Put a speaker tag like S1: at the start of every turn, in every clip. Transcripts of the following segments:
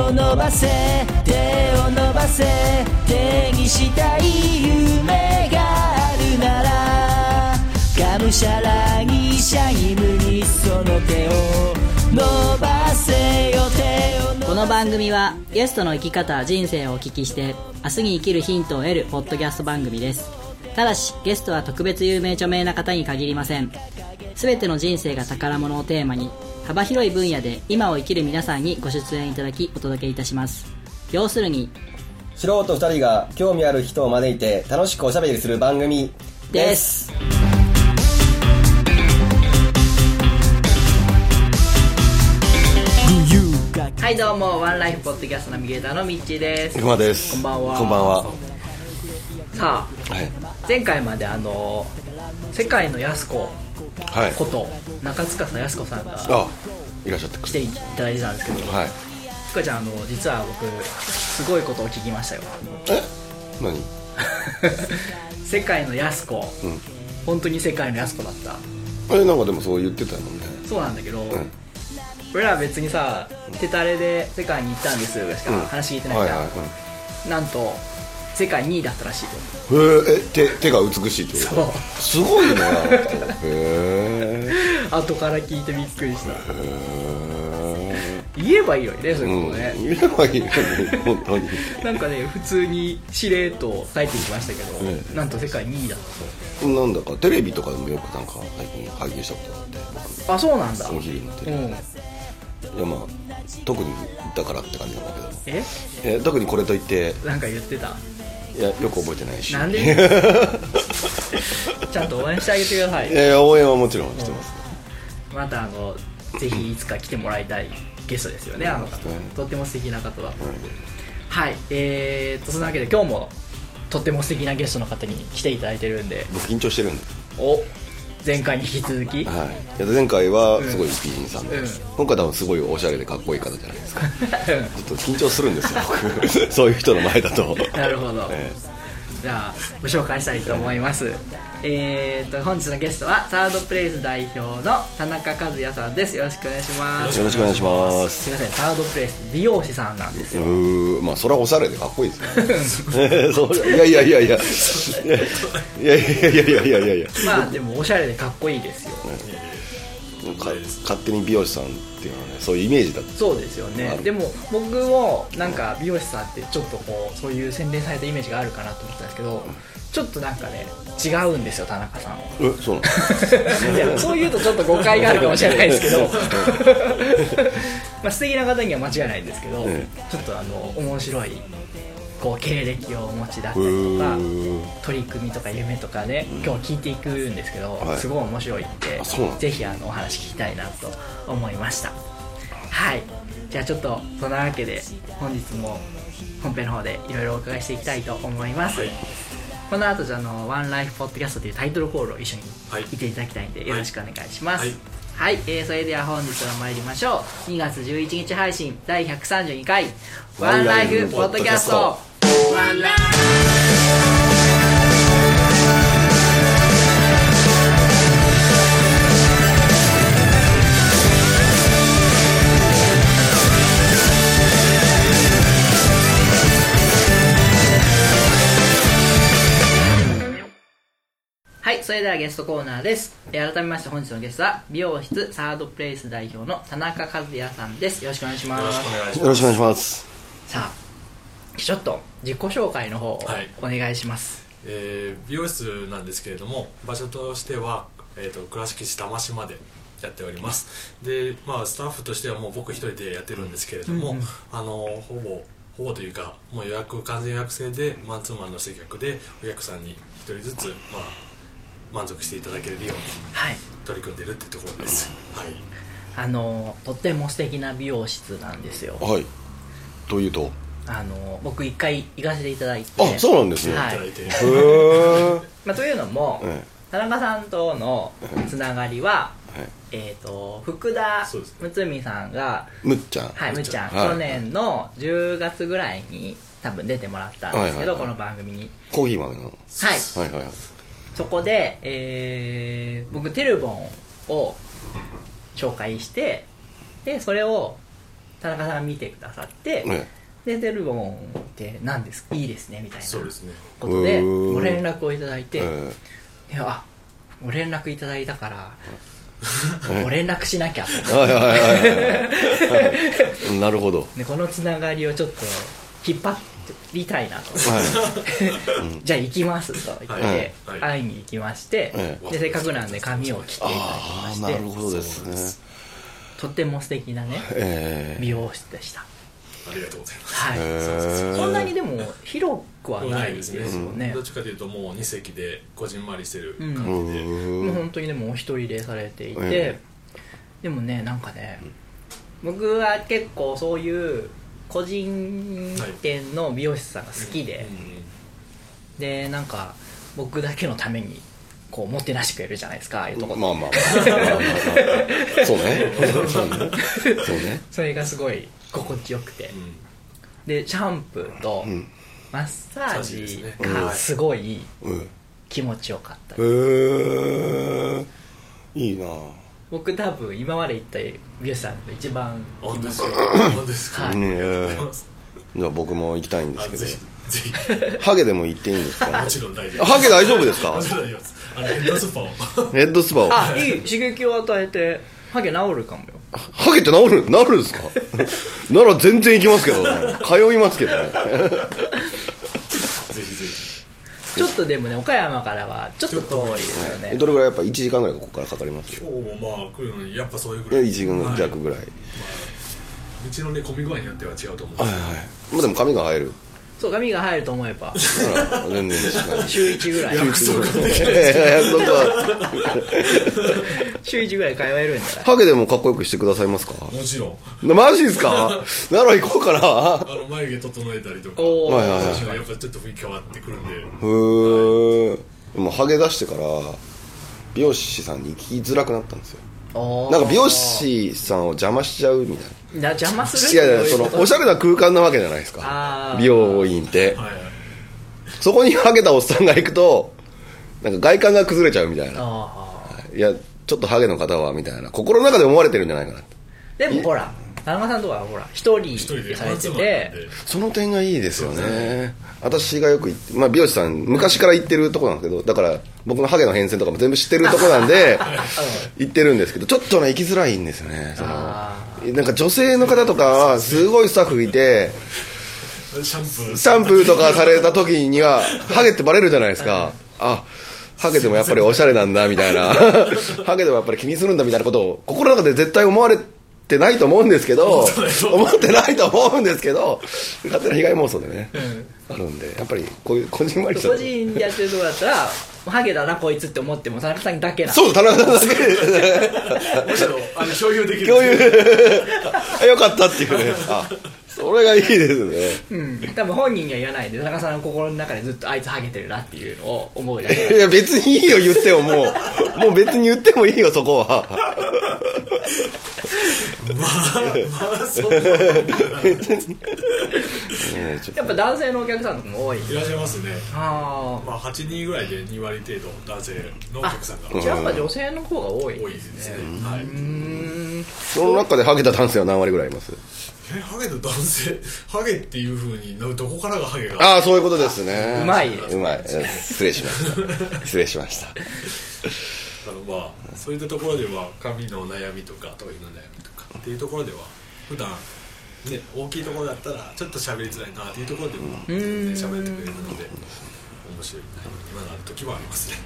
S1: を伸ばせ手を伸ばせ手にしたい夢があるならがむしゃらにシャイムにその手を伸ばせよ手を伸ばせ
S2: この番組はゲストの生き方人生をお聞きして明日に生きるヒントを得るポッドキャスト番組ですただしゲストは特別有名著名な方に限りません全ての人生が宝物をテーマに幅広い分野で今を生きる皆さんにご出演いただきお届けいたします要するに
S3: 素人2人が興味ある人を招いて楽しくおしゃべりする番組
S2: ですはいどうもワンライフポッドキャストナビゲーターのみっちーです
S4: くまです
S2: こんばんは
S4: こんばんは、
S2: さ
S4: はい
S2: あ前回まであの世界のやす子
S4: はい、
S2: こと中塚さんやす子さんが
S4: あいらっしゃってく
S2: 来ていただいてたんですけど
S4: はい
S2: つかちゃんあの実は僕すごいことを聞きましたよ
S4: え何
S2: 世界のやす子、
S4: ん
S2: 本当に世界のやす子だった
S4: えなんかでもそう言ってたもんね
S2: そうなんだけど、
S4: ん
S2: 俺らは別にさ手たれで世界に行ったんですしか
S4: うん
S2: 話聞いてない
S4: はい
S2: から、
S4: はい、
S2: なんと世界2位だった らしいよ
S4: うん、へええ手手が美しいってこと
S2: そう
S4: すごいねあの人へえ
S2: 後から聞いてびっくりした言えばいいのにねそう
S4: う
S2: いうんことね、
S4: 言えばいいよね本当に
S2: なんかね普通にしれっと帰ってきましたけど、
S4: え
S2: なんと世界2位だった
S4: なんだかテレビとかでもよくなんか最近拝見したことあって
S2: あそうなんだ
S4: 僕お昼の
S2: う
S4: テレビ、
S2: ん
S4: いやまあ特にだからって感じなんだけど
S2: え
S4: え特にこれといって
S2: なんか言ってた
S4: いやよく覚えてないし
S2: なんで ちゃんと応援してあげてください
S4: いやいや応援はもちろんしてます、
S2: またあのぜひいつか来てもらいたいゲストですよねあの方
S4: そうですね
S2: とっても素敵な方だとはいえー、っとそんなわけで今日もとっても素敵なゲストの方に来ていただいてるんで
S4: 僕緊張してるんで
S2: お前回に引き続き
S4: はい、前回はすごい美人さんで、
S2: うん
S4: 今回多分すごいおしゃれでかっこいい方じゃないですか
S2: う
S4: ちょっと緊張するんですよ僕 そういう人の前だと
S2: んなるほど、
S4: え
S2: じゃあご紹介したいと思いますえー、っと本日のゲストはサードプレイス代表の田中和也さんですよろしくお願いします
S4: よろしくお願いします
S2: すいませんサードプレイス美容師さんなんです
S4: うーまあそれはおしゃれでかっこいいですね そういやいやいやいやいやいやいやいやいやいやいや
S2: まあでもおしゃれでかっこいいですよ
S4: か勝手に美容師さんっていうのはねそういうイメージだった
S2: そうですよねでも僕もなんか美容師さんってちょっとこうそういう洗練されたイメージがあるかなと思ってたんですけどちょっとなんかね違うんですよ田中さんは
S4: えそうなんです か
S2: いやそう言うとちょっと誤解があるかもしれないですけど まあ素敵な方には間違いないんですけど、
S4: え
S2: ちょっとあの面白いこう経歴をお持ちだった
S4: う
S2: りとか
S4: ーん
S2: 取り組みとか夢とかね、今日聞いていくんですけど、
S4: はい
S2: すごい面白いんで
S4: あそうなんだ
S2: ぜひあのお話聞きたいなと思いましたはいじゃあちょっとそんなわけで本日も本編の方でいろいろお伺いしていきたいと思います、この後じゃああの「ワンライフポッドキャストというタイトルコールを一緒に
S5: はい
S2: 見ていただきたいんでよろしくお願いします、は
S5: はいい
S2: えーそれでは本日も参りましょう2月11日配信第132回「ワ
S4: ワ
S2: ン
S4: ン
S2: ラ
S4: ラ
S2: イ
S4: イ
S2: フ
S4: フ
S2: ポ
S4: ポ
S2: ッ
S4: ッ
S2: ド
S4: ド
S2: キ
S4: キ
S2: ャ
S4: ャ
S2: スト
S4: スト」
S2: はい、それではゲストコーナーです。えー改めまして本日のゲストは、美容室サードプレイス代表の田中和也さんです。よろしくお願いしま
S5: よろし
S2: す
S5: くお。願いし
S4: よ
S5: ま
S4: ろ
S5: す
S4: しくお願いします
S2: さあ、ちょっと自己紹介の方を
S5: はい
S2: お願いします。
S5: えー美容室なんですけれども場所としては、えー、と倉敷市玉島でやっておりますでまあスタッフとしてはもう僕一人でやってるんですけれども、あのほぼほぼというかもう予約完全予約制でマンツーマンの接客でお客さんに一人ずつ、まあ、満足していただけるように
S2: はい。
S5: 取り組んでるってところですはい
S2: あのー、とっても素敵な美容室なんですよ。
S4: はいというと
S2: あのー、僕一回行かせていただいて。
S4: あそうなんですね、
S2: はい
S5: いただいて、
S4: へー
S2: まあ、というのも、
S4: え
S2: 田中さんとのつながりは、
S4: えはい
S2: えっ、と、福田
S5: そうですね
S2: 睦美さんが、
S4: むっちゃん
S2: はい、むっちゃん、
S4: はい
S2: 去年の10月ぐらいに多分出てもらったんですけど、
S4: はいはいはい
S2: この番組に。
S4: コーヒー豆の
S2: はい、
S4: はいはいはい
S2: そこで、えー、僕、テルボンを紹介して、で、それを田中さん見てくださって、
S4: ね
S2: でデルゴンって何ですかいいですねみたいな
S5: そうですね
S2: ことで
S4: うーん
S2: ご連絡をいただいて、
S4: え
S2: いやあご連絡いただいたからご連絡しなきゃと思って
S4: ーはいはいはいはいはいなるほど
S2: でこのつながりをちょっと引っ張りたいなと
S4: は
S2: じゃあ行きますと言って、
S5: はいはい
S2: 会いに行きまして、
S4: え
S5: え
S2: でせっかくなんで髪を切っていただきま
S4: ああ
S2: し
S4: なる
S2: て
S4: ほどです
S5: そうなんで
S4: ね
S5: す
S2: とっても素敵なね
S4: え
S2: 美容師でした、
S5: ありがとうございます
S2: はい、
S4: えー
S2: こんなにでも広くは
S5: もう
S2: ないですよね、
S5: どっちかというともう2席でこじんまりしてる
S2: うん
S4: う
S5: 感じで、
S2: もうん本当にでもお一人でされていて、
S4: え
S2: でもねなんかね、僕は結構そういう個人店の美容師さんが好きで、でなんか僕だけのためにこうもてなしてくれるじゃないですかああいうとこ、
S4: まあまあまあまあまあまあそうねそうねそうね
S2: それがすごい心地よくて、
S5: うんうん
S2: でシャンプーと
S4: うん
S2: マッサージ
S5: マッサージですね
S2: がすごい
S4: うん
S2: 気持ちよかった、
S4: へえいいな
S2: 僕多分今まで行った美容師さんで一番
S5: あ
S2: 気持ち
S5: です
S2: よ
S5: か
S2: かっ
S5: あですか、
S2: はい
S4: ね
S5: ありが
S4: え
S5: とうございます
S4: じゃあ僕も行きたいんで
S5: あ
S4: す
S5: ぜ
S4: け
S5: ひぜひ
S4: どハゲでも行っていいんですか
S5: もちろん大丈夫
S4: ハゲ大丈夫ですか
S5: もちろん大丈夫ですあのヘッドスパを
S4: ヘッドスパを
S2: た
S4: ハ
S2: あいい刺激を与えてハゲ治るかもよ
S4: ゲって治る治るんですかなら全然行きますけどね通いますけどね
S5: ぜひぜひ
S2: ちょっとでもね岡山からはちょっと遠いですよね
S4: どれぐらいやっぱ1時間ぐらいここからかかります
S5: 今日もまあ来るのにやっぱそういうぐらい
S4: 1時間弱
S5: はい
S4: ぐらい
S5: 道のね混み具合によっては違うと思う、
S4: はいはいまあでも髪が入る
S2: そう髪が入ると思えば
S4: なら全然 違う
S2: 週1ぐらい
S4: えー、なんか
S2: 週1ぐらい通えるんじゃない
S4: ハゲでもかっこよくしてくださいますか
S5: もちろん
S4: なマジですかなら行こうかな
S5: あの眉毛整えたりとか
S2: おお、
S4: はいはい
S5: 最初はやっぱちょっと雰囲気変わってくるんで
S4: へーでもハゲ出してから美容師さんに行きづらくなったんですよ
S2: おー
S4: なんか美容師さんを邪魔しちゃうみたいな
S2: な邪魔す
S4: い
S2: る
S4: やいやそのおしゃれな空間なわけじゃないです
S2: あ
S4: か
S2: ー
S4: 美容院って
S5: はいはい
S4: そこにハゲたおっさんが行くとなんか外観が崩れちゃうみたいな
S2: あー
S4: いやちょっとハゲの方はみたいな心の中で思われてるんじゃないかな
S2: でもほら田中さんとかはほら一人
S5: 一人で
S2: されて
S5: 妻なん
S2: て
S5: で
S4: その点がいいですよね私がよく行って、まあ、美容師さん昔から行ってるとこなんですけどだから僕のハゲの変遷とかも全部知ってるとこなんで行ってるんですけどちょっとね行きづらいんですよねそのなんか女性の方とかはすごいスタッフいて
S5: シャンプー
S4: シャンプーとかされた時にはハゲってバレるじゃないですかあハゲでもやっぱりおしゃれなんだみたい なハゲでもやっぱり気にするんだみたいなことを心の中で絶対思われてないと思うんですけど思ってないと思うんですけど勝手な被害妄想でね、あるんでやっぱりこういうこじんまりした
S2: 個人でやってるとこだったらハゲだなこいつって思っても田中さんだけなの
S4: そう田中さんだ
S5: むしろあの共有でき
S4: け
S5: る
S4: 共有 よかったっていうねあそれがいいですね
S2: うん多分本人には言わないで田中さんの心の中でずっとあいつハゲてるなっていうのを思うだけ
S4: いや別にいいよ言ってももうもう別に言ってもいいよそこは
S5: まあま あそうい
S4: ねちょっ
S2: やっぱ男性のお客さんとかも多い
S5: らっしゃいますね
S2: あ
S5: まあ8人ぐらいで2割程度男性のお客さんが
S2: あやっぱ女性の方が多い
S5: 多いですね、はい
S4: その中でハゲた男性は何割ぐらいいます
S5: えハゲの男性 ハゲっていうふうにどこからがハゲが
S4: ああそういうことですね
S2: うまいね
S4: うまいえー失礼しました失礼しました
S5: あのまあそういったところでは髪の悩みとかトイレの悩みとかっていうところでは普段ね大きいところだったらちょっと喋りづらいなっていうところでも全然喋ってくれるので面白い今のある時はありますね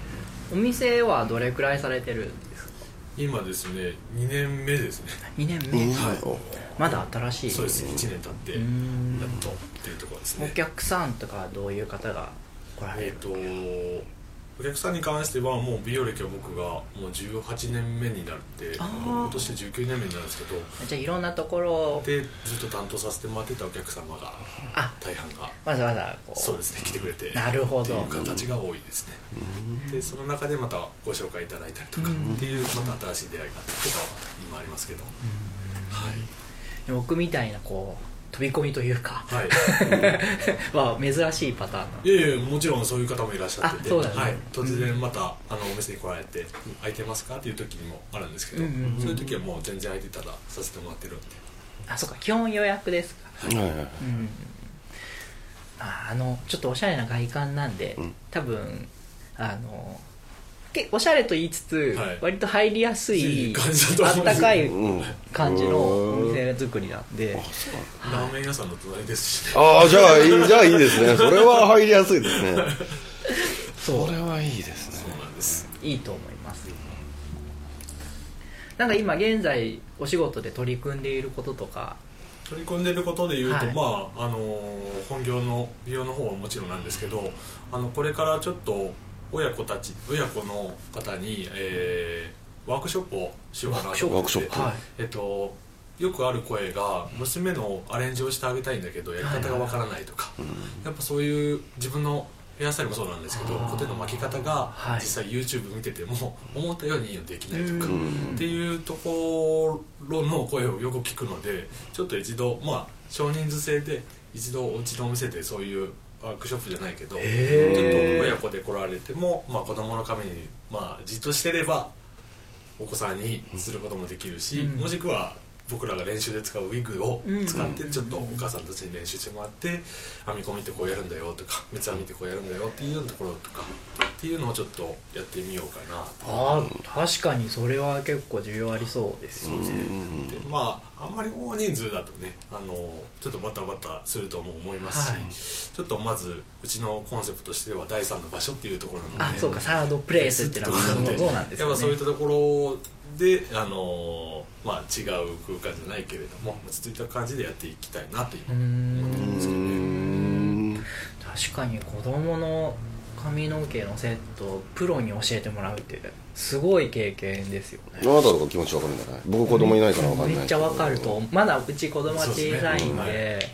S2: お店はどれくらいされてるんですか
S5: 今ですね2年目ですね
S2: 2年目、
S5: は
S2: まだ新しい
S5: いそうです1年経ってやっとっていうところです
S2: お
S5: ね
S2: 客さんとかはどういう方が来られ
S5: え
S2: る
S5: っ、とお客さんに関してはもう美容歴は僕がもう18年目になって
S2: あー
S5: 今年で19年目になるんですけど
S2: じゃあいろんなところを
S5: でずっと担当させてもらってたお客様が
S2: あ
S5: 大半が
S2: わざわざこう
S5: そうですね来てくれて
S2: なるほど
S5: っていう形が多いですねでその中でまたご紹介いただいたりとかっていうまた新しい出会いがあったりとかは今ありますけどはい
S2: 僕みたいなこう飛び込みというか、
S5: はい
S2: は珍しいパターンなの
S5: いやいやもちろんそういう方もいらっしゃってて
S2: あそうだね
S5: はい、突然また、あのお店に来られて「空いてますか?」っていう時にもあるんですけど、
S2: うんうんうん
S5: そういう時はもう全然空いてたらさせてもらってるんで
S2: あそっか基本予約ですか
S4: はいはい
S2: うんまあ、あのちょっとおしゃれな外観なんで、
S4: ん
S2: 多分あのけおしゃれと言いつつ、
S5: はい
S2: 割と入りやす
S5: いい
S2: い
S5: 感じだと
S2: あっ
S5: 思うんで
S2: た
S5: す
S2: かい
S4: うん
S2: 感じのお店作りなんで
S5: ラーメン屋さんの隣ですしね
S4: ああじゃあいいじゃあいいですねそれは入りやすいですね
S2: そ
S4: それはいいですね
S5: そうなんです
S2: ういいと思いますなんか今現在お仕事で取り組んでいることとか
S5: 取り組んでることで言うと、
S2: はい
S5: まああのー本業の美容の方はもちろんなんですけどあのこれからちょっと親子たち親子の方に、えーワークショップをしようかなと思って
S4: ワークショップ
S2: はい
S5: えっとよくある声が娘のアレンジをしてあげたいんだけどやり方がわからないとか、やっぱそういう自分のヘアスタイルもそうなんですけど
S2: あー
S5: コテの巻き方が
S2: はい
S5: 実際 YouTube 見てても思ったようにできないとか、
S4: うん
S5: っていうところの声をよく聞くのでちょっと一度まあ少人数制で一度お家のお店でそういうワークショップじゃないけど、ちょっと親子で来られても、まあ、子供のために、まあ、じっとしてればお子さんにすることもできるし、
S2: うん
S5: もしくは僕らが練習で使うウィッグを
S2: うん
S5: 使ってちょっとお母さんたちに練習してもらって編み込みってこうやるんだよとか三つ編みってこうやるんだよっていうようなところとかっていうのをちょっとやってみようかなと
S2: あ確かにそれは結構重要ありそうですよね
S5: でまああんまり大人数だとねあのちょっとバタバタするとも思いますし、
S2: はい
S5: ちょっとまずうちのコンセプトとしては第三の場所っていうところなの
S2: あ
S5: で
S2: そうかサードプレイスってのはそうなんです
S5: やっ
S2: よ
S5: ぱそういっ
S2: ね
S5: たところで、あのーまあ、違う空間じゃないけれども落ち着いた感じでやっていきたいなというう
S2: ーん
S5: 思うんです
S4: う
S5: けどね
S4: ん
S2: 確かに子供の髪の毛のセットをプロに教えてもらうってすごい経験ですよ
S4: あ
S2: ね
S4: なたとか気持ちわかるんじゃない僕子供いないからわかんない
S2: めっちゃわかると思うまだうち子供は小さい
S5: そ
S2: ん
S5: うですねはい
S2: で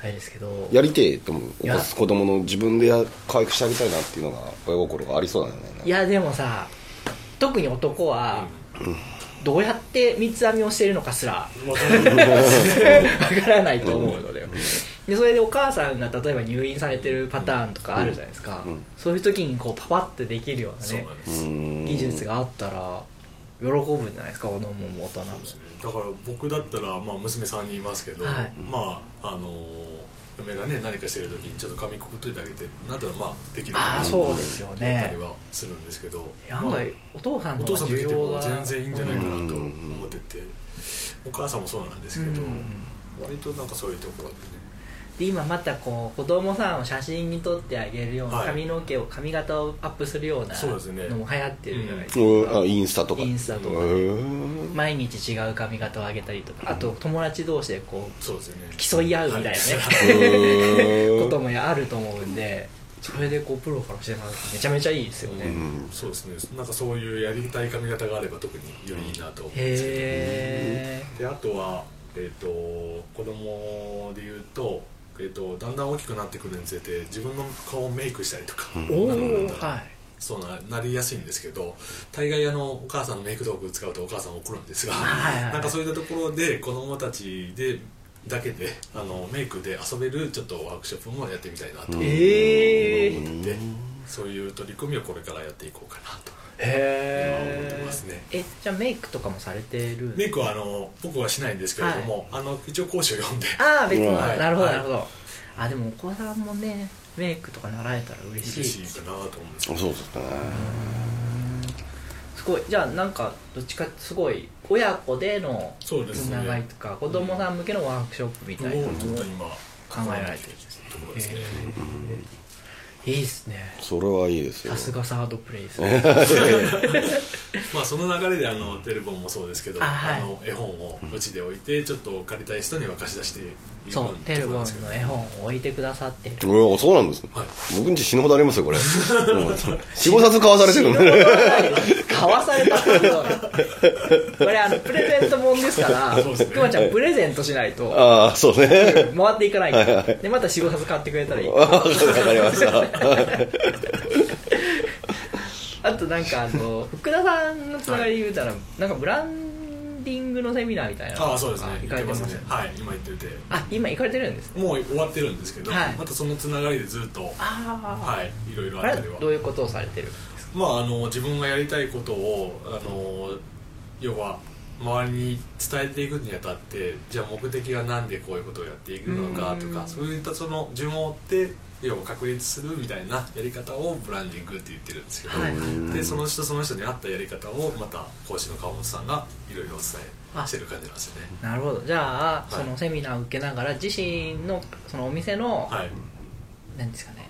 S2: あれですけど
S4: やりてえと思うお
S2: いや
S4: 子子供の自分でや可愛くしてあげたいなっていうのが親心がありそうなんだよね
S2: いやでもさ特に男はどうやって三つ編みをしてるのかすら
S5: わかる
S2: わからないと思うのででそれでお母さんが例えば入院されてるパターンとかあるじゃないですか
S4: うん
S2: そういう時にこうパパってできるような
S5: そう
S2: ね
S5: なんで
S4: う
S5: す、
S4: ん
S2: 技術があったら喜ぶんじゃないですか子供も大人も
S5: だから僕だったら、まあ、娘さんにいますけど、
S2: はい
S5: まああのー嫁がね何かしてる時にちょっと髪くくっといてあげてなんたらまあできる
S2: ああそうですよ
S5: やったり
S2: ね
S5: はするんですけど、
S2: 案外お父さん
S5: お
S2: の
S5: 父さんと
S2: 需
S5: 来て
S2: 要
S5: も
S2: が
S5: 全然いいんじゃないか
S2: うん
S5: なと思ってて、お母さんもそうなんですけど、
S2: うん
S5: 割となんかそういうところでね
S2: で今またこう子供さんを写真に撮ってあげるような
S5: はい
S2: 髪の毛を髪型をアップするような
S5: そうですね
S2: のも流行ってるじゃないですか
S4: うんあインスタとか
S2: インスタとか
S4: へー
S2: 毎日違う髪型をあげたりとかあと友達同士でこう
S5: そうですよね
S2: 競い合うみたいなね
S4: へ ー
S2: こともあると思うんでそれでこうプロからしてもらうとめちゃめちゃいいですよねへ
S5: うんそうですねなんかそういうやりたい髪型があれば特によりいいなと思うんですけど
S2: え
S5: であとは、えー、と子供で言うと,、えー、とだんだん大きくなってくるにつれて自分の顔をメイクしたりとか、
S2: おお
S5: なんだかんだ
S2: はい
S5: そうななりやすいんですけど大概あのお母さんのメイク道具使うとお母さん怒るんですが、
S2: はいはい
S5: なんかそういったところで子供たちでだけであのメイクで遊べるちょっとワークショップもやってみたいなと思って
S2: ええ
S5: て、そういう取り組みをこれからやっていこうかなと
S2: へ
S5: 思ってます
S2: ー
S5: ね。
S2: えじゃあメイクとかもされてる
S5: メイクはあの僕はしないんですけれども、あの一応講師を読んで
S2: ああ別に、
S5: はい
S2: なるほど
S5: はい
S2: なるほど、あでもお子さんもねメイクとか習えたら嬉しい
S5: 嬉しいかなと思うんですけ
S4: そう
S5: ど
S4: ですね
S2: すごいじゃあなんかどっちかすごい親子でのつ
S5: そうですね
S2: ながりとか、子供さん向けのワークショップみたいなの
S5: をちょっ
S2: も
S5: と今
S2: 考えられてる
S5: ところですね、
S2: いいっすね
S4: それはいいですよ
S2: さすがサードプレイス
S5: まあその流れであのテレフォンもそうですけど
S2: あ
S5: あ、
S2: はい
S5: の絵本をうちで置いてちょっと借りたい人には貸し出している
S2: そうテルボン
S5: ですけど
S2: の絵本を置いてくださってる
S4: うわそうなんですね
S5: はい
S4: 僕んち死ぬほどありますよこれ45冊買わされてるんで
S2: 買わされたってことこれあのプレゼントもんですから
S5: そうですね
S2: くまちゃんプレゼントしないと
S4: ああそうね
S2: 回っていかないからでまた45冊買ってくれたらいい
S4: わかりました
S2: あとなんかあの福田さんのつながりで言うたら、なんかブランディングのセミナーみたいなのとか
S5: ああそうですね
S2: 行
S5: 行
S2: かれ
S5: って
S2: て
S5: ま
S2: ますす
S5: ね
S2: よね
S5: はい今行ってて
S2: あ今行かれてるんですね
S5: もう終わってるんですけど、
S2: はい
S5: またそのつながりでずっと
S2: あ
S5: はいいろいろ
S2: あ
S5: あっ
S2: あ
S5: た
S2: れ
S5: りは
S2: どういうことをされてる
S5: まああの自分がやりたいことをあの要は周りに伝えていくにあたってじゃあ目的が何でこういうことをやっていくのかとかそういったその順を追って要は確立するみたいなやり方をブランディングって言ってるんですけど、でその人その人に合ったやり方をまた講師の川本さんがいろいろお伝えしてる感じなんですよね。
S2: なるほどじゃあ、
S5: い
S2: そのセミナーを受けながら自身のそのお店の、
S5: はい
S2: なんですかね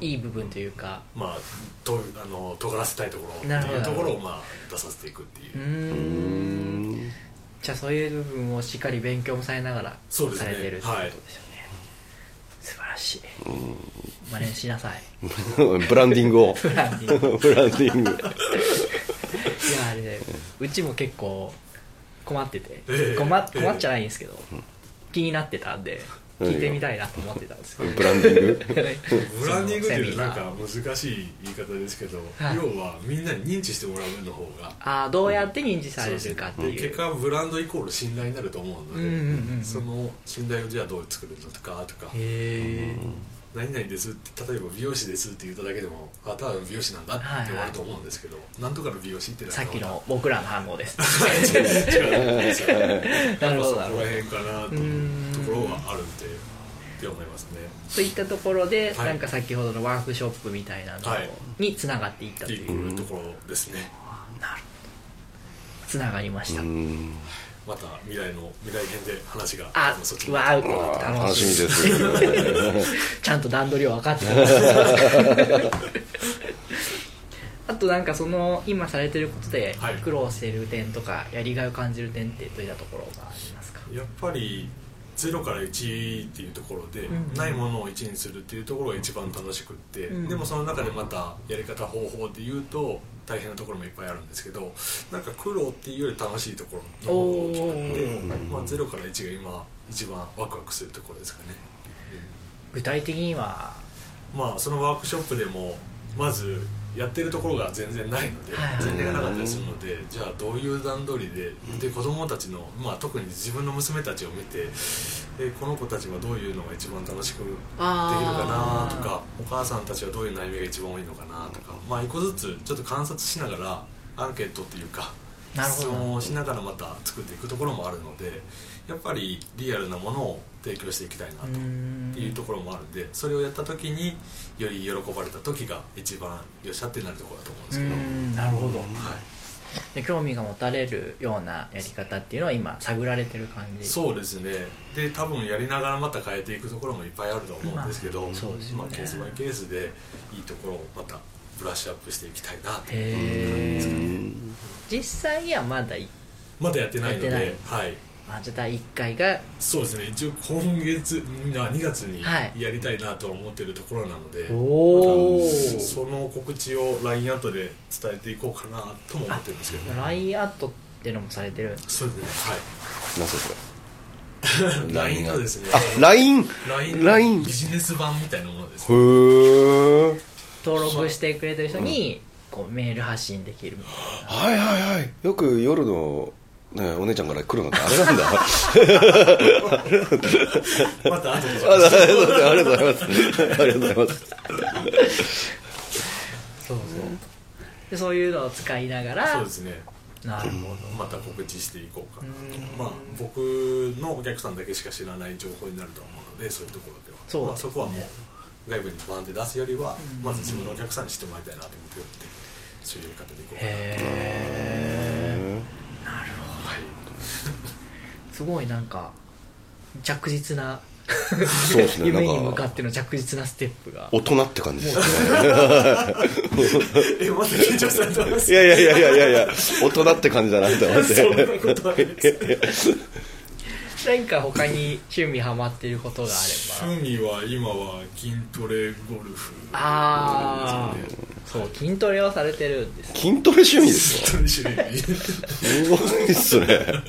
S2: いい部分というか
S5: まあ、とあの尖らせたいところって
S2: なるほ
S5: い
S2: ど
S5: うところを、まあ、出させていくっていう
S2: う、ーんじゃあそういう部分をしっかり勉強もされながらさ
S5: そう
S2: れ
S5: ですね
S2: てるってことですよね素晴らしい真似しなさい
S4: ブランディングを
S2: ブランディング
S4: ブランディング
S2: いやあれねうちも結構困ってて
S5: ええ
S2: 困っ困っちゃないんですけど、気になってたんで
S4: うん
S2: 聞いてみたいなと思ってたんですよ
S4: ブランディン グ
S5: ブランディングっていうのはなん
S2: セミナー
S5: か難しい言い方ですけど、
S2: はい
S5: 要はみんなに認知してもらうの方が
S2: ああどうやって認知されるかって
S5: で
S2: いう
S5: 結果ブランドイコール信頼になると思うので、
S2: うんうんうんうん
S5: その信頼をじゃあどう作るのとかとか
S2: へえ
S5: 「何々です」って例えば美容師ですって言っただけでも「あただの美容師なんだ」って終わると思うんですけど、なんとかの美容師ってなる
S2: さっき
S5: ま
S2: の僕らの反応です
S5: た違うんですよ
S2: なるほど
S5: まあ
S2: なるほど
S5: そこら辺かなと
S2: うん
S5: いうところはあるんでって思いますね
S2: といったところで、
S5: はい
S2: なんか先ほどのワークショップみたいなの
S5: はい
S2: につながっていったと
S5: って
S2: いう、
S5: いうところですね、
S2: なるほどつながりました、
S4: うん
S5: また未来の未来編で話が
S2: あ
S5: そっち
S2: う
S5: に
S2: わ
S4: あー
S2: ー
S4: 楽
S2: 楽
S4: し
S2: し
S4: み
S2: み
S4: で
S2: です ちゃんと段取りを分かってるあとなんかその今されてることで
S5: はい
S2: 苦労してる点とかやりがいを感じる点ってどういったところがありますか
S5: やっぱり0から1っていうところで、
S2: ん
S5: ないものを1にするっていうところが一番楽しくって、
S2: ん
S5: でもその中でまたやり方方法で言うと大変なところもいっぱいあるんですけどなんか苦労っていうより楽しいところの方が大きくて、まあ、0から1が今一番ワクワクするところですかね。
S2: 具体的には
S5: まあ、そのワークショップでもまずやってるところが全然ないので
S2: はいはい
S5: 前例がなかったりするのでじゃあどういう段取りでで子供たちの、まあ、特に自分の娘たちを見てでこの子たちはどういうのが一番楽しくできるか
S2: あ
S5: な
S2: ー
S5: とかお母さんたちはどういう悩みが一番多いのかなとか、まあ、一個ずつちょっと観察しながらアンケートっていうか
S2: なるほど
S5: 質問をしながらまた作っていくところもあるのでやっぱりリアルなものを提供していきたいなと
S2: うーん
S5: っていうところもあるんでそれをやった時により喜ばれた時が一番よっしゃってなるところだと思うんですけど、
S2: うんなるほど
S5: は
S2: で興味が持たれるようなやり方っていうのは今探られてる感
S5: い、
S2: じ
S5: そうですねで多分やりながらまた変えていくところもいっぱいあると思うんですけど、
S2: まあそうですよね
S5: まあケースバイケースでいいところをまたブラッシュアップしていきたいなと
S2: へえ実際にはまだい
S5: まだやってないので
S2: やってない
S5: はい
S2: まあじゃあ第1回が
S5: そうですね一応今月な2月に
S2: はい
S5: やりたいなとは思ってるところなので、
S2: おー
S5: その告知を LINE アートで伝えていこうかなとも思ってるんですけどね
S2: LINE アットっていうのもされてる
S5: そうですねはい
S4: なんすかそれ
S5: LINE がですね
S4: あ LINE
S5: LINE
S4: ライン
S5: ビジネス版みたいなものです
S4: へー
S2: 登録してくれてる人にこうメール発信できるみたいな
S4: はいはいはいよく夜の、ね、お姉ちゃんから来るのってあれなんだ
S5: また後で
S4: あありがとうございますありがとうございます
S2: そうそうでそういうのを使いながら
S5: そうですね
S2: なるほ
S5: また告知していこうかなと
S2: うん
S5: まあ僕のお客さんだけしか知らない情報になると思うのでそういうところでは
S2: そう
S5: まあ、そこはもう外部にバンって出すよりはまず自分のお客さんに知ってもらいたいなと思ってるんでそういうやり方でいこうかな
S2: へえすごいなんか着実な
S4: そうですね
S2: 夢に
S4: な
S2: 向
S4: ん
S2: か
S4: か
S2: っての着実なステップが
S4: 大人って感じですね
S5: えまた緊張されてます
S4: いやいやいやいやいやいや大人って感じだなって思っ
S5: そんな
S4: て
S5: ことはないです
S2: 何か他に趣味ハマってることがあれば
S5: 趣味は今は筋トレゴルフ
S2: ああそう筋トレをされてるんです
S4: 筋トレ趣味ですよ
S5: 筋トレ種類
S4: すごいっすね
S5: 割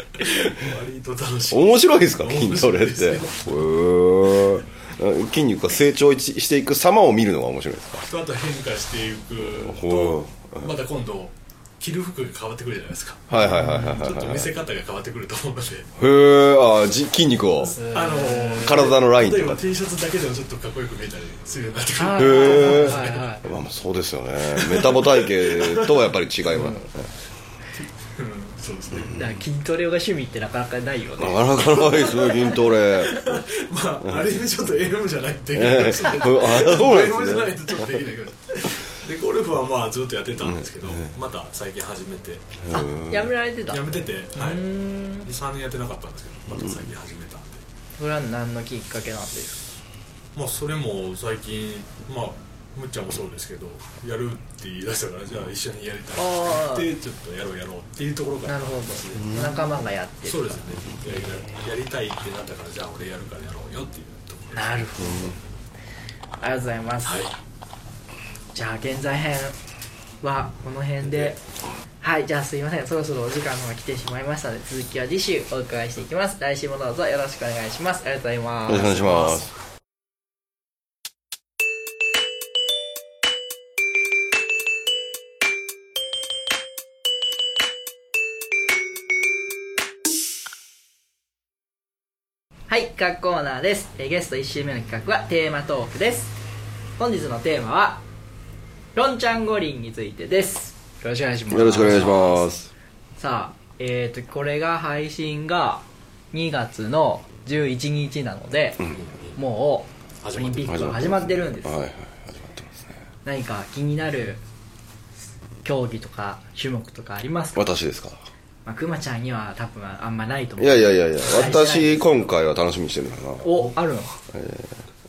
S5: と楽しい
S4: 面白いですか筋トレっ
S5: 面白
S4: て
S5: い
S4: へ
S5: です
S4: ー筋肉が成長していく様を見るのが面白いですか
S5: あと変化していく
S4: ほ
S5: とまた今度着る服が変わってくるじゃないですか
S4: うはいはいはいはい
S5: ちょっ
S4: は
S5: と
S4: い
S5: 見せ方が変わってくると思うので
S4: へえあじ筋肉を
S5: あのー
S4: 体のラインと
S5: 例え
S4: か
S5: ば T シャツだけでもちょっとかっこよく見えたりするようになってくる
S2: あー
S4: へー
S2: はいはい
S4: まあまあそうですよねメタボ体型とはやっぱり違いますね
S5: そうですね
S2: だから筋トレが趣味ってなかなかないよ
S4: な
S2: ね
S4: かなかないですね筋トレ
S5: まあある意味ちょっと AM じゃないとできない
S4: え
S5: か
S4: え
S5: も
S4: あ
S5: しれない
S4: そうなんで
S5: じ
S4: す
S5: ゃない
S4: ね
S5: とちょっとできないけどでゴルフはまあずっとやってたんですけど、また最近始めて
S2: あやめられてた
S5: やめてて、は
S2: う
S5: い、
S2: ーん
S5: 3年やってなかったんですけどまた最近始めたんで、
S2: それは何のきっかけなんです
S5: まあそれも最近まあむっちゃんもそうですけどやるって言い出したからじゃあ一緒にやりた
S2: ああ
S5: いってちょっとやろうやろうっていうところか
S2: からなるほど仲間がやってる
S5: そうですねやりやりたいってなったからじゃあ俺やるからやろうよっていうところ
S2: なるほど、ありがとうございます、
S5: はい
S2: じゃあ現在編はこの辺ではいじゃあすいませんそろそろお時間の方が来てしまいましたので続きは次週お伺いしていきます来週もどうぞよろしくお願いしますありがとうございます
S4: よろしくお願いします
S2: はい各コーナーですえーゲスト1週目の企画はテーマトークです本日のテーマはロンちゃん五輪についてですよろしくお願いします
S4: よろしくお願いします
S2: さあえー、とこれが配信が2月の11日なので、もうオリンピックが始まってるんです
S4: はいはい
S2: 何か気になる競技とか種目とかありますか、
S4: 私ですか
S2: まあ、くまちゃんには多分あんまないと思
S4: いうやいやいやいや私今回は楽しみにしてるからな
S2: おあるの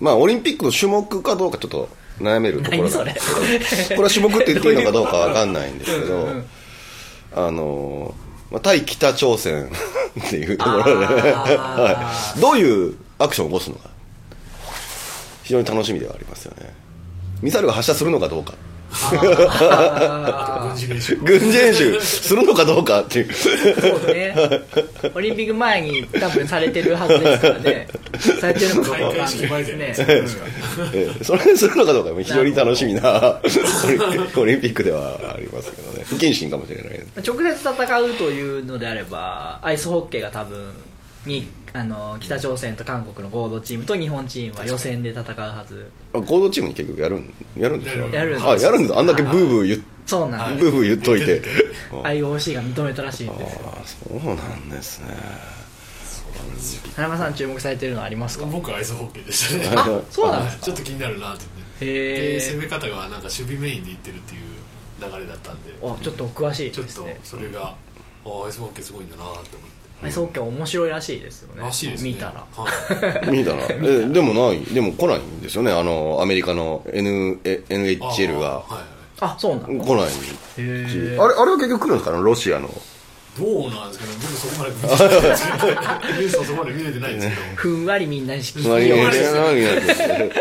S4: まあオリンピックの種目かどうかちょっと悩めるところ
S2: 何
S4: な
S2: そ
S4: ん
S2: れ
S4: ですこれは種目って言っていいのかどうかわかんないんですけどあのーまあ、対北朝鮮 っていうところで、
S2: あ
S4: はい、どういうアクションを起こすのか非常に楽しみではありますよねミサイルが発射するのかどうか
S5: 軍事練習
S4: 軍事演習するのかどうかっていう
S2: そうね オリンピック前に多分されてるはずですからねされてるのかどうかわかんないですね
S4: ええそれにするのかどうかも非常に楽しみ なオリオリンピックではありますけどね不謹慎かもしれないです
S2: 直接戦うというのであればアイスホッケーが多分にあの北朝鮮と韓国の合同チームと日本チームは予選で戦うはず
S4: あ合同チームに結局やるんやるんでしょ
S2: やるんです
S4: あやるんですあんだけブーブー言っ
S2: そうなんです
S4: ブーブー言っといて
S2: IOC が認めたらしいんですよ
S4: あそうなんですね
S2: 田中さん注目されてるのありますか
S5: 僕はアイスホッケーでしたね
S4: あ
S2: そうなんで
S5: ちょっと気になるなって言って
S2: へー
S5: で攻め方がなんか守備メインでいってるっていう流れだったんで
S2: おちょっとお詳しい
S5: ちょっ
S2: です
S5: と
S2: ね
S5: それがあアイスホッケーすごいんだなと思って
S2: アイスホッケー面白いらしいですよね
S5: らしいですね
S2: 見たら
S5: は い
S4: 見たなえでもないでも来ないんですよねあのアメリカの N え NHL が
S5: あーはいはい
S2: あそうな
S4: 来
S2: の
S4: ないしあれあれは結局来るんですかねロシアの
S5: どうなんですかね僕そこまで見てないですけどニュースはそこまで見れてないですけど
S2: ふんわりみんなに敷き
S4: な
S5: わ
S4: る
S5: り
S4: ほ
S5: みん
S4: ど
S5: なに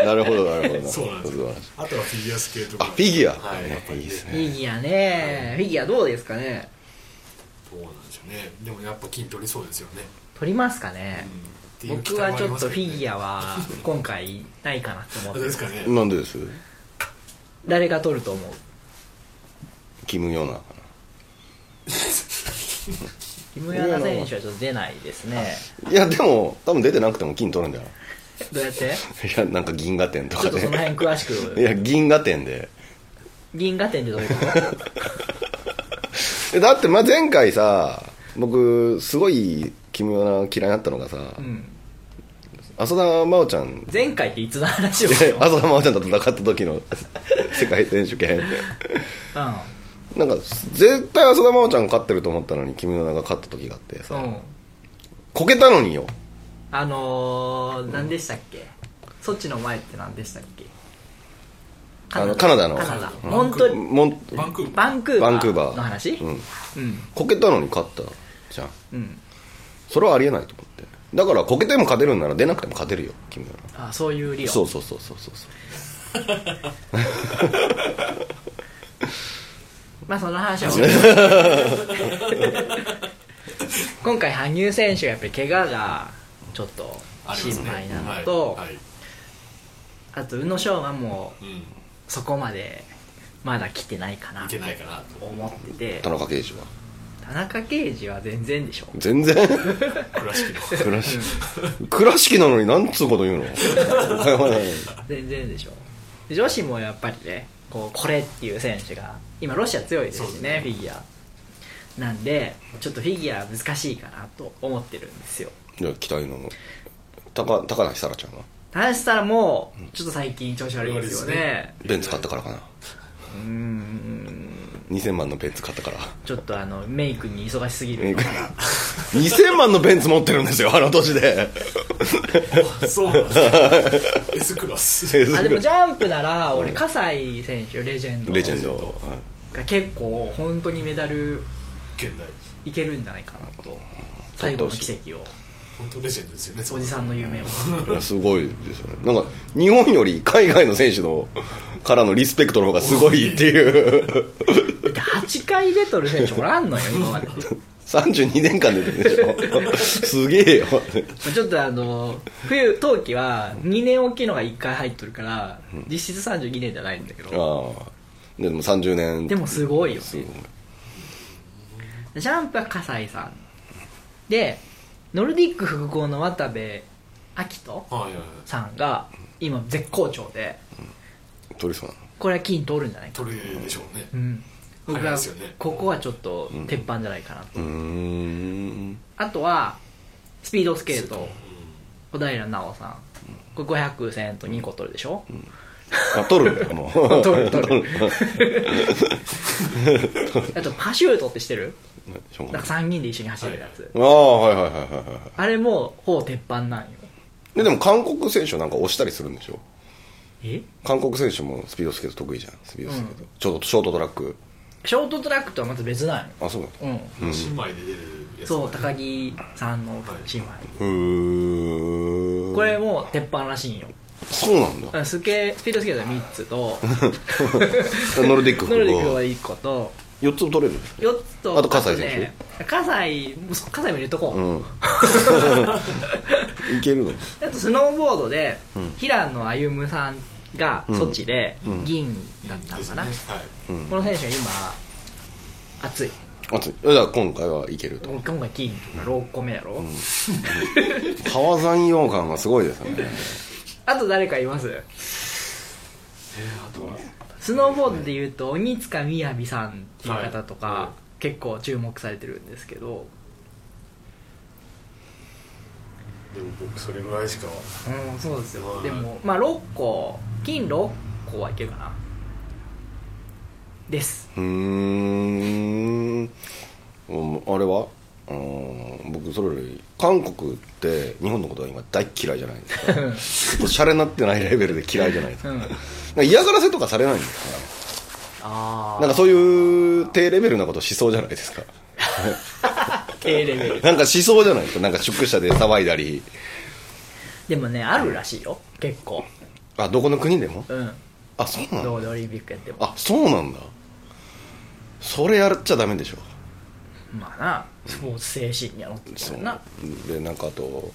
S4: なるほどなるほど
S5: そうなんで
S4: 素
S5: す
S4: 晴
S5: よ
S4: らしい
S5: あとはフィギュアスケート
S4: あフィギュア
S5: はい
S4: やっぱいいですね
S2: フィギュアねフィギュアどうですかね
S5: そうなんですよねでもやっぱ金取りそうですよね
S2: 取りますかね僕はちょっとフィギ
S5: ア
S2: ュアは今回ないかなと思って
S5: ですかね
S4: なんでです
S2: 誰が取ると思う
S4: キム・ヨナか
S2: キム・ヤナ選手はちょっと出ないですね
S4: ないやでも多分出てなくても金取るんじゃない
S2: どうやって
S4: い やなんか銀河点と
S2: ちょっ
S4: か
S2: と
S4: で
S2: その辺詳し
S4: い
S2: く
S4: や銀河点で
S2: 銀河点でどういうこと
S4: えだってまあ前回さ僕すごい奇妙な嫌いだったのがさ、
S2: ん
S4: 浅田真央ちゃん
S2: 前回っていつの話を
S4: で 浅田真央ちゃんと戦った時の 世界選手権
S2: う
S4: なんか絶対浅田真央ちゃん勝ってると思ったのに奇妙なが勝った時があってさ、
S2: んうん
S4: こけたのによ
S2: あのー、何でしたっけソチの前って何でしたっけ
S4: あのカナダの
S2: カナダ
S4: うん
S2: 本当に
S4: もん
S5: バンクーバ
S2: バンクーバ
S4: バ
S2: ー
S4: ンクーバー
S2: の話
S4: うん、
S2: うん
S4: こけたのに勝ったじゃん
S2: うん
S4: それはありえないと思ってだからこけても勝てるんなら出なくても勝てるよ奇妙な
S2: あそういう理由
S4: そうそうそうそうそうそう
S2: まあその話は今回羽生選手がやっぱり怪我がちょっと
S5: ーあり
S2: 心
S5: ますね
S2: 配なのと、
S5: はいはい
S2: あと宇野昌磨も
S5: うん
S2: そこまでまだ来てないかない
S5: けないかなと
S2: 思ってて
S4: 田中圭司は
S2: 田中圭司は全然でしょ
S4: 全然
S5: 倉敷の
S4: 倉敷倉敷なのになんつうこと言うの
S2: 全然でしょで女子もやっぱりねこうこれっていう選手が今ロシア強いですしねフィギュアなんでちょっとフィギュア難しいかなと思ってるんですよ
S4: じゃあ期待の高高梨沙羅ちゃんは
S2: 高橋さんもちょっと最近調子悪いですよね
S4: ベンツ買ったからかな
S2: うーん
S4: 2000万のベンツ買ったから
S2: ちょっとあのメイクに忙しすぎるのかな
S4: 2000万のベンツ持ってるんですよあの年で
S5: そうなんですね S クラス
S2: あでもジャンプなら俺葛西選手レジェンド
S4: レジェンド
S2: が結構本当にメダル
S5: 現代
S2: いけるんじゃないかなと最後の奇跡を
S5: 本当レジェンドですよね
S2: おじさんの夢を
S4: いやすごいですよねなんか日本より海外の選手のからのリスペクトの方がすごいっ ていう
S2: 8回出とる選手おらん のよ今まで
S4: 32年間出てるでしょすげえよ
S2: ちょっとあの冬冬季は2年大きいのが1回入っとるから実質32年じゃないんだけど
S4: ああでも30年
S2: でもすごいよね
S4: すごい
S2: ジャンプは葛西さんでノルディック複合の渡部暁斗
S5: はいはいはい
S2: さんが今絶好調で
S4: 取りそうなの
S2: これは金取るんじゃないか
S5: 取れるでしょうね
S2: うん僕
S5: 早い
S2: は
S5: ですよね
S2: ここはちょっと鉄板じゃないかなと
S4: うーん
S2: あとはスピードスケート小平奈緒さんこれ500戦と2個取るでしょ、
S4: あ取るんだ よもう
S2: 取る取る あとパシュートってしてる
S4: しょう
S2: な
S4: が
S2: ん
S4: な
S2: か
S4: い
S2: 3人で一緒に走るやつ、
S4: ああはいはいはいはいは
S2: あれもほぼ鉄板なんよ
S4: いででも韓国選手なんか押したりするんでしょ
S2: え
S4: 韓国選手もスピードスケート得意じゃんスピードスケート、
S2: うん
S4: ちょっとショートトラック
S2: ショートトラックとはまた別なんよ
S4: あそうだ
S2: うん
S5: 姉妹で出るやつ
S2: そう高木さんの姉妹
S4: ふー
S2: これも鉄板らしいんよ
S4: そうなんだ
S2: スケスピードスケート3つと
S4: ノルディック
S2: ノ
S4: 複
S2: ルディック
S4: 合
S2: は1個と
S4: 4つも取れる
S2: 4つと
S4: あと葛西選手
S2: ね葛西もうそ葛西も入れとこう、
S4: うん いけるの
S2: あとスノーボードで、平野歩夢さんがソチで銀だったのかな、
S5: ですねはい
S2: この選手が今熱い
S4: あつじゃあ今回はいけると
S2: 今回金とか6個目やろ、
S4: 川山洋感がすごいですね
S2: あと誰かいますスノーボードでいうと鬼塚みやびさんっていう方とか、
S5: はいは
S2: 結構注目されてるんですけど、
S5: でも僕それぐらいしか
S2: うん、そうですよ、
S5: はい
S2: でもまあ6個金6個はいけるかなです
S4: うーんうんあれはうん僕それより韓国って日本のことは今大っ嫌いじゃないですかちょっとシャレになってないレベルで嫌いじゃないですか,、
S2: うん
S4: 嫌がらせとかされないんですか
S2: あ
S4: なんかそういう低レベルなことしそうじゃないですか
S2: あ低レ ベル
S4: なんかしそうじゃないですかなんか宿舎で騒いだり
S2: でもねあるらしいよ結構
S4: あどこの国でも
S2: うん
S4: あそうなんだ
S2: どうでオリンピックやっても
S4: あそうなんだそれやっちゃダメでしょ
S2: まあなスポーツ精神やろって言った
S4: そう
S2: らな
S4: でなんかあと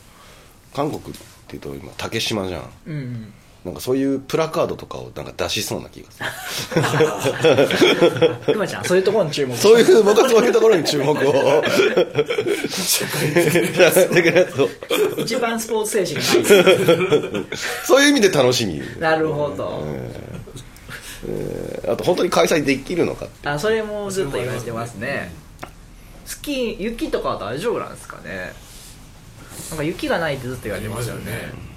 S4: 韓国っていうと今竹島じゃん
S2: うんうん
S4: なんかそういうプラカードとかをなんか出しそうな気がす
S2: く
S4: る
S2: まちゃんそういうところに注目
S4: そういう僕はそう いうところに注目をだからそう
S2: 一番スポーツ精神が ない
S4: そういう意味で楽しみ、
S2: なるほど
S4: えーあと本当に開催できるのか
S2: あそれもずっと言われてますねスキー雪とかは大丈夫なんですかねなんか雪がないってずっと言わ
S5: あ
S2: れて
S5: り
S2: ま
S5: ますす
S2: よ
S5: よ
S2: ね
S5: ね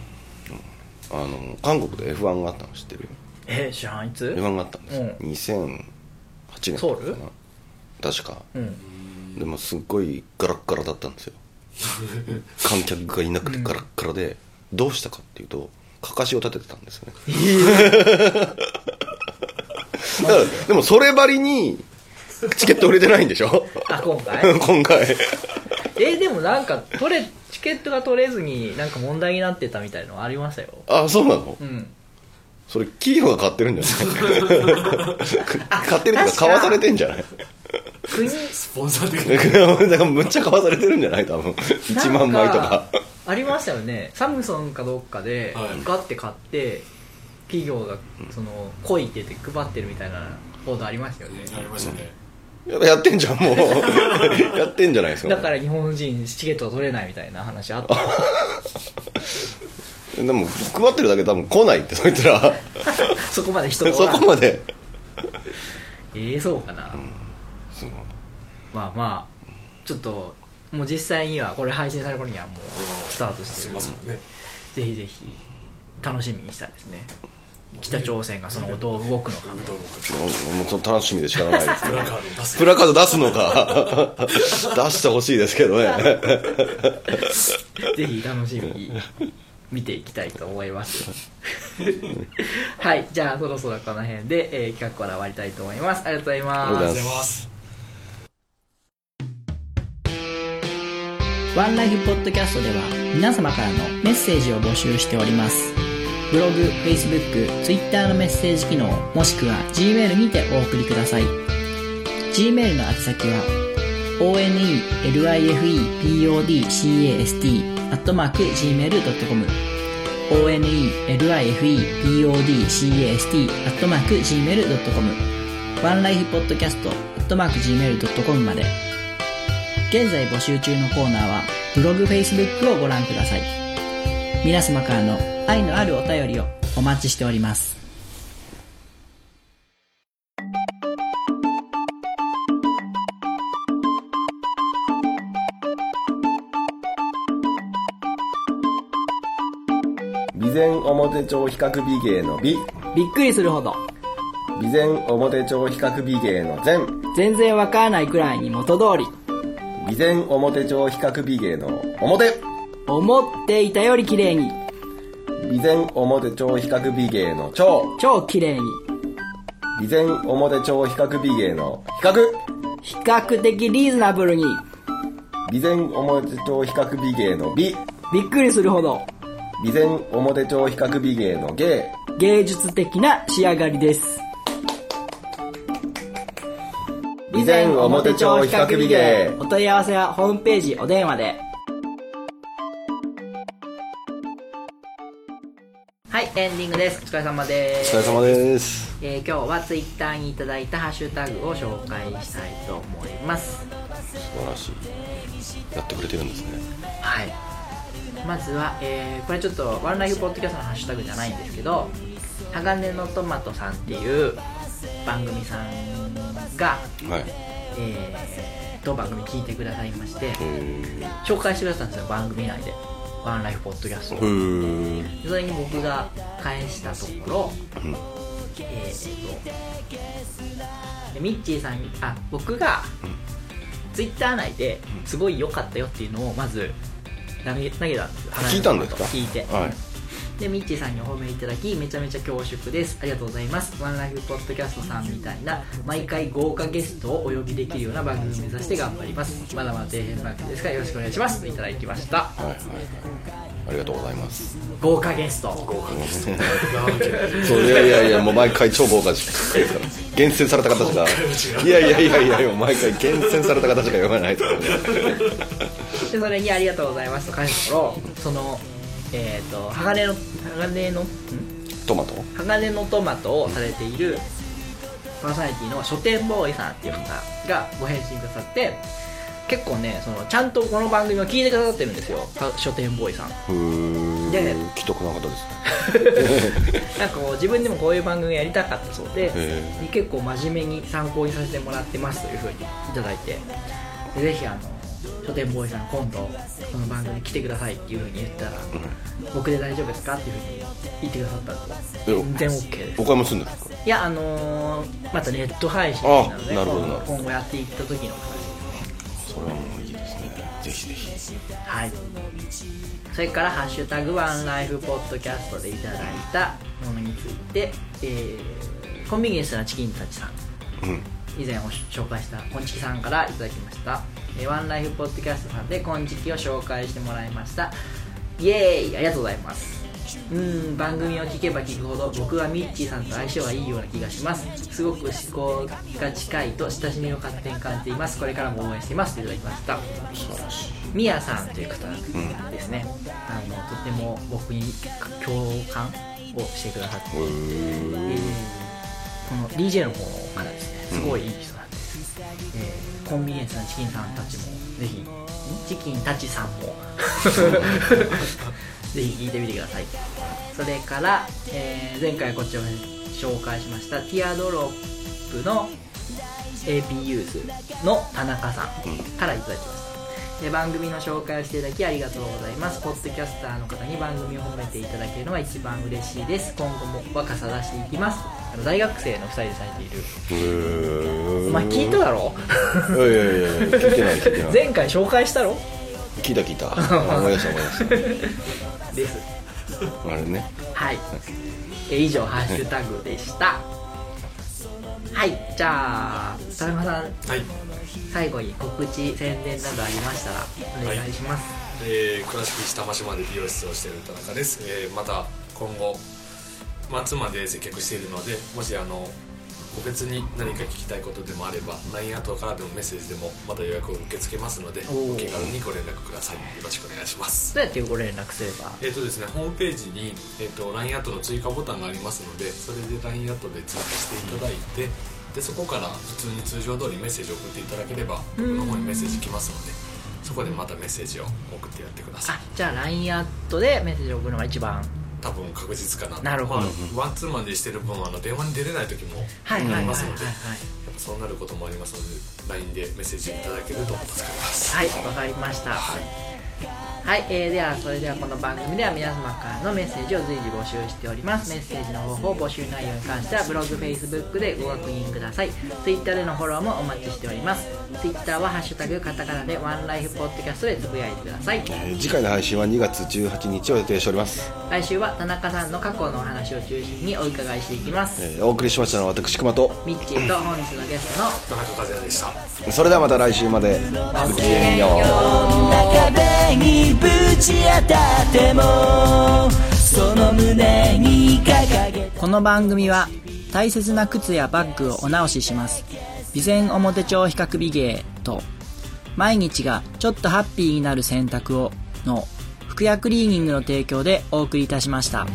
S4: あの韓国で F1 があったの知ってる
S2: え知らんいつ
S4: F1 があったんですよ、
S2: う
S4: 2008年だったか
S2: ソウル
S4: な確か
S2: うん
S4: でもすっごいガラッガラだっ たんですよ観客がいなくてガラッガラで、どうしたかっていうとかかしを立ててたんですよね だからでもそればりにチケット売れてないんでしょ
S2: あ今回
S4: 今回
S2: えでもなんか取れチケットが取れずになんか問題になってたみたいのありましたよ
S4: あそうなの
S2: うん
S4: それ企業が買ってるん じゃない買ってるっていうか買わされてんじゃない
S2: 国
S5: スポンサーで
S4: なんかむっちゃ買わされてるんじゃない多分1万枚とか
S2: なんありましたよねサムソンかどっかで
S5: はい
S2: ガッて買って企業がその来いって言って配ってるみたいな報道ありましたよね
S5: ありましたね
S4: ややってんじゃん もうやってんじゃないですか
S2: だから日本人チケット取れないみたいな話あった
S4: でも配ってるだけで多分来ないってそいつら
S2: そこまで人
S4: そ
S2: が
S4: こまで
S2: ええそうかな、
S4: そう
S2: まあまあちょっともう実際にはこれ配信される頃にはもうスタートして
S5: す
S2: る
S5: いませんね
S2: ぜひぜひ楽しみにしたいですね北朝鮮がそのどう動くのか
S5: どうもか
S4: もうちょっと楽しみでしかないです
S5: プ
S4: ね
S5: ラカードを出 す
S4: プラカード出すのか 出してほしいですけどね
S2: ぜひ楽しみに見ていきたいと思います はいじゃあそろそろこの辺で、えー企画から終わりたいと思いますありがとうござい
S4: ありが
S2: ま
S4: とう
S2: す
S4: ご
S5: あ
S4: ざ
S5: りが
S4: い
S5: とうござい
S4: ま
S5: ますす
S6: ワンライフポッドキャストでは皆様からのメッセージを募集しております。ブログ、Facebook、Twitter のメッセージ機能、もしくは Gmail にてお送りください。Gmail の宛先は、onelifepodcast.gmail.com onelifepodcast.gmail.com onelifepodcast.gmail.com まで現在募集中のコーナーはブログ、フェイスブックをご覧ください。皆様からの愛のあるお便りをお待ちしております。
S3: 備前表帳比較美芸の美
S6: びっくりするほど、
S3: 備前表帳比較美芸の善
S6: 全然わからないくらいに元通り、
S3: 備前表帳比較美芸の表
S6: 思っていたより綺麗に、
S3: 備前表帳比較美芸の超
S6: 超綺麗に、
S3: 備前表帳比較美芸の比較
S6: 比較的リーズナブルに、
S3: 備前表帳比較美芸の美
S6: びっくりするほど、
S3: 備前表帳比較美芸の芸
S6: 芸術的な仕上がりです。
S3: 備前表帳比較美芸
S6: お問い合わせはホームページお電話で。
S2: はいエンディングですお疲れ様で
S4: お
S2: す
S4: 疲れ様です
S2: えー今日はツイッターにいただいたハッシュタグを紹介したいと思います
S4: 素晴らしいやってくれてるんですね
S2: はいまずは、えーこれちょっとワンライフポッドキャストのハッシュタグじゃないんですけど鋼のトマトさんっていう番組さんが、
S4: はい
S2: えー当番組聞いてくださいまして
S4: へ
S2: 紹介してくださったんですよ番組内でワンライフポッドキャストを
S4: ー
S2: それに僕が返したところ、え
S4: ん
S2: ー、っとでミッチーさんにあ僕が、ツイッター内ですごい良かったよっていうのをまず投げ投げたんですよ
S4: 聞いたんですか
S2: 聞いて、
S4: はい
S2: でミッチーさんにお褒めいただきめちゃめちゃ恐縮ですありがとうございますワンライフポッドキャストさんみたいな毎回豪華ゲストをお呼びできるような番組目指して頑張りますまだまだ底辺番組ですからよろしくお願いしますといただきました
S4: はいはいはいありがとうございます
S2: 豪華ゲスト
S4: そういやいやいやもう毎回超豪華ですから厳選された方しかいやいやいやいやいやもう毎回厳選された方しか読めないですからね
S2: でそれに「ありがとうございます」と返すところそのえっ、と鋼の鋼のん
S4: トマト
S2: 鋼のトマトをされているパーソナリティの書店ボーイさんっていう方がご返信くださって結構ねそのちゃんとこの番組を聞いてくださってるんですよか書店ボーイさん
S4: うーん
S2: で
S4: 既得な方ですね
S2: なんかこう自分でもこういう番組やりたかったそうで
S4: へ
S2: 結構真面目に参考にさせてもらってますというふうにいただいてでぜひあの書店ボーイさん今度この番組来てくださいっていうふうに言ったら、僕で大丈夫ですかっていうふうに言ってくださった
S4: え
S2: んで全然 OK です
S4: 岡山住んでるんですか
S2: いやあのーまたネット配信なので
S4: あなるほど
S2: 今
S4: な
S2: 後
S4: るほど
S2: 今後やっていった時の話
S4: それはもういいですねぜひぜひ
S2: はい、それから「ハッシュタグワンライフポッドキャスト」でいただいたものについて、えーコンビニエンスなチキンたちさん
S4: うん
S2: 以前お紹介したこんちきさんからいただきました、えーワンライフポッドキャストさんでこんちきを紹介してもらいましたイエーイありがとうございますうーん番組を聞けば聞くほど僕はミッチーさんと相性がいいような気がしますすごく思考が近いと親しみを勝手に感じていますこれからも応援していますといただきました
S4: 素晴らしい
S2: ミヤさんという方ですね、あのとても僕に共感をしてくださって、
S4: へー
S2: えーこの DJ の方からですねすごいいい人なんです、えーコンビニエンスなチキンさんたちもぜひんチキンたちさんもぜひ聞いてみてくださいそれから、えー前回こっちを紹介しましたティアドロップの AP ユースの田中さんからいただきましたで番組の紹介をしていただきありがとうございますポッドキャスターの方に番組を褒めていただけるのが一番嬉しいです今後も若さ出していきますあの大学生の2人でされているお前聞いただろ
S4: いやいやいや聞いてない聞いてない
S2: 前回紹介したろ
S4: 聞いた聞いた思い出した思い出し
S2: です
S4: たあれね
S2: はい、え以上ハッシュタグでしたはいじゃあ田中さん
S5: はい
S2: 最後に告知宣伝などありましたらお願いします、
S5: えー、倉敷下町まで美容室をしている田中です、えーまた今後松まで接客しているのでもしあの個別に何か聞きたいことでもあれば LINE アートからでもメッセージでもまた予約を受け付けますので
S2: おー
S5: お気軽にご連絡くださいよろしくお願いします
S2: どうやってご連絡すれば
S5: えっ、とですね、ホームページに、えっと LINE アットの追加ボタンがありますのでそれで LINE アットで追加していただいてでそこから普通に通常通りメッセージを送っていただければ僕の方にメッセージ来ますのでそこでまたメッセージを送ってやってください
S2: あじゃあ LINE アットでメッセージを送るのが一番
S5: 多分確実かな
S2: なるほど
S5: まあワンツーマンでしてる分あの電話に出れない時も
S2: は
S5: あ
S2: いはいはいはいは
S5: りま
S2: い
S5: すのでやっぱそうなることもありますので LINE でメッセージいただけると助かります
S2: はいわかりましたはい、えーではそれではこの番組では皆様からのメッセージを随時募集しておりますメッセージの方法募集内容に関してはブログ Facebook でご確認ください Twitter でのフォローもお待ちしております Twitter は「ハッシュタグカタカナ」で「ワンライフポッドキャスト」でつぶやいてください
S4: えー次回の配信は2月18日を予定しております、
S2: 来週は田中さんの過去のお話を中心にお伺いしていきます、
S4: えーお送りしましたのは私熊と
S2: ミッチーと本日のゲストの
S5: 田中和也でした
S4: それではまた来週までごきげんよう
S1: 壁にぶち当たってもその胸に掲げ
S6: この番組は大切な靴やバッグをお直しします備前表町比較美芸と毎日がちょっとハッピーになる選択をの服薬クリーニングの提供でお送りいたしました。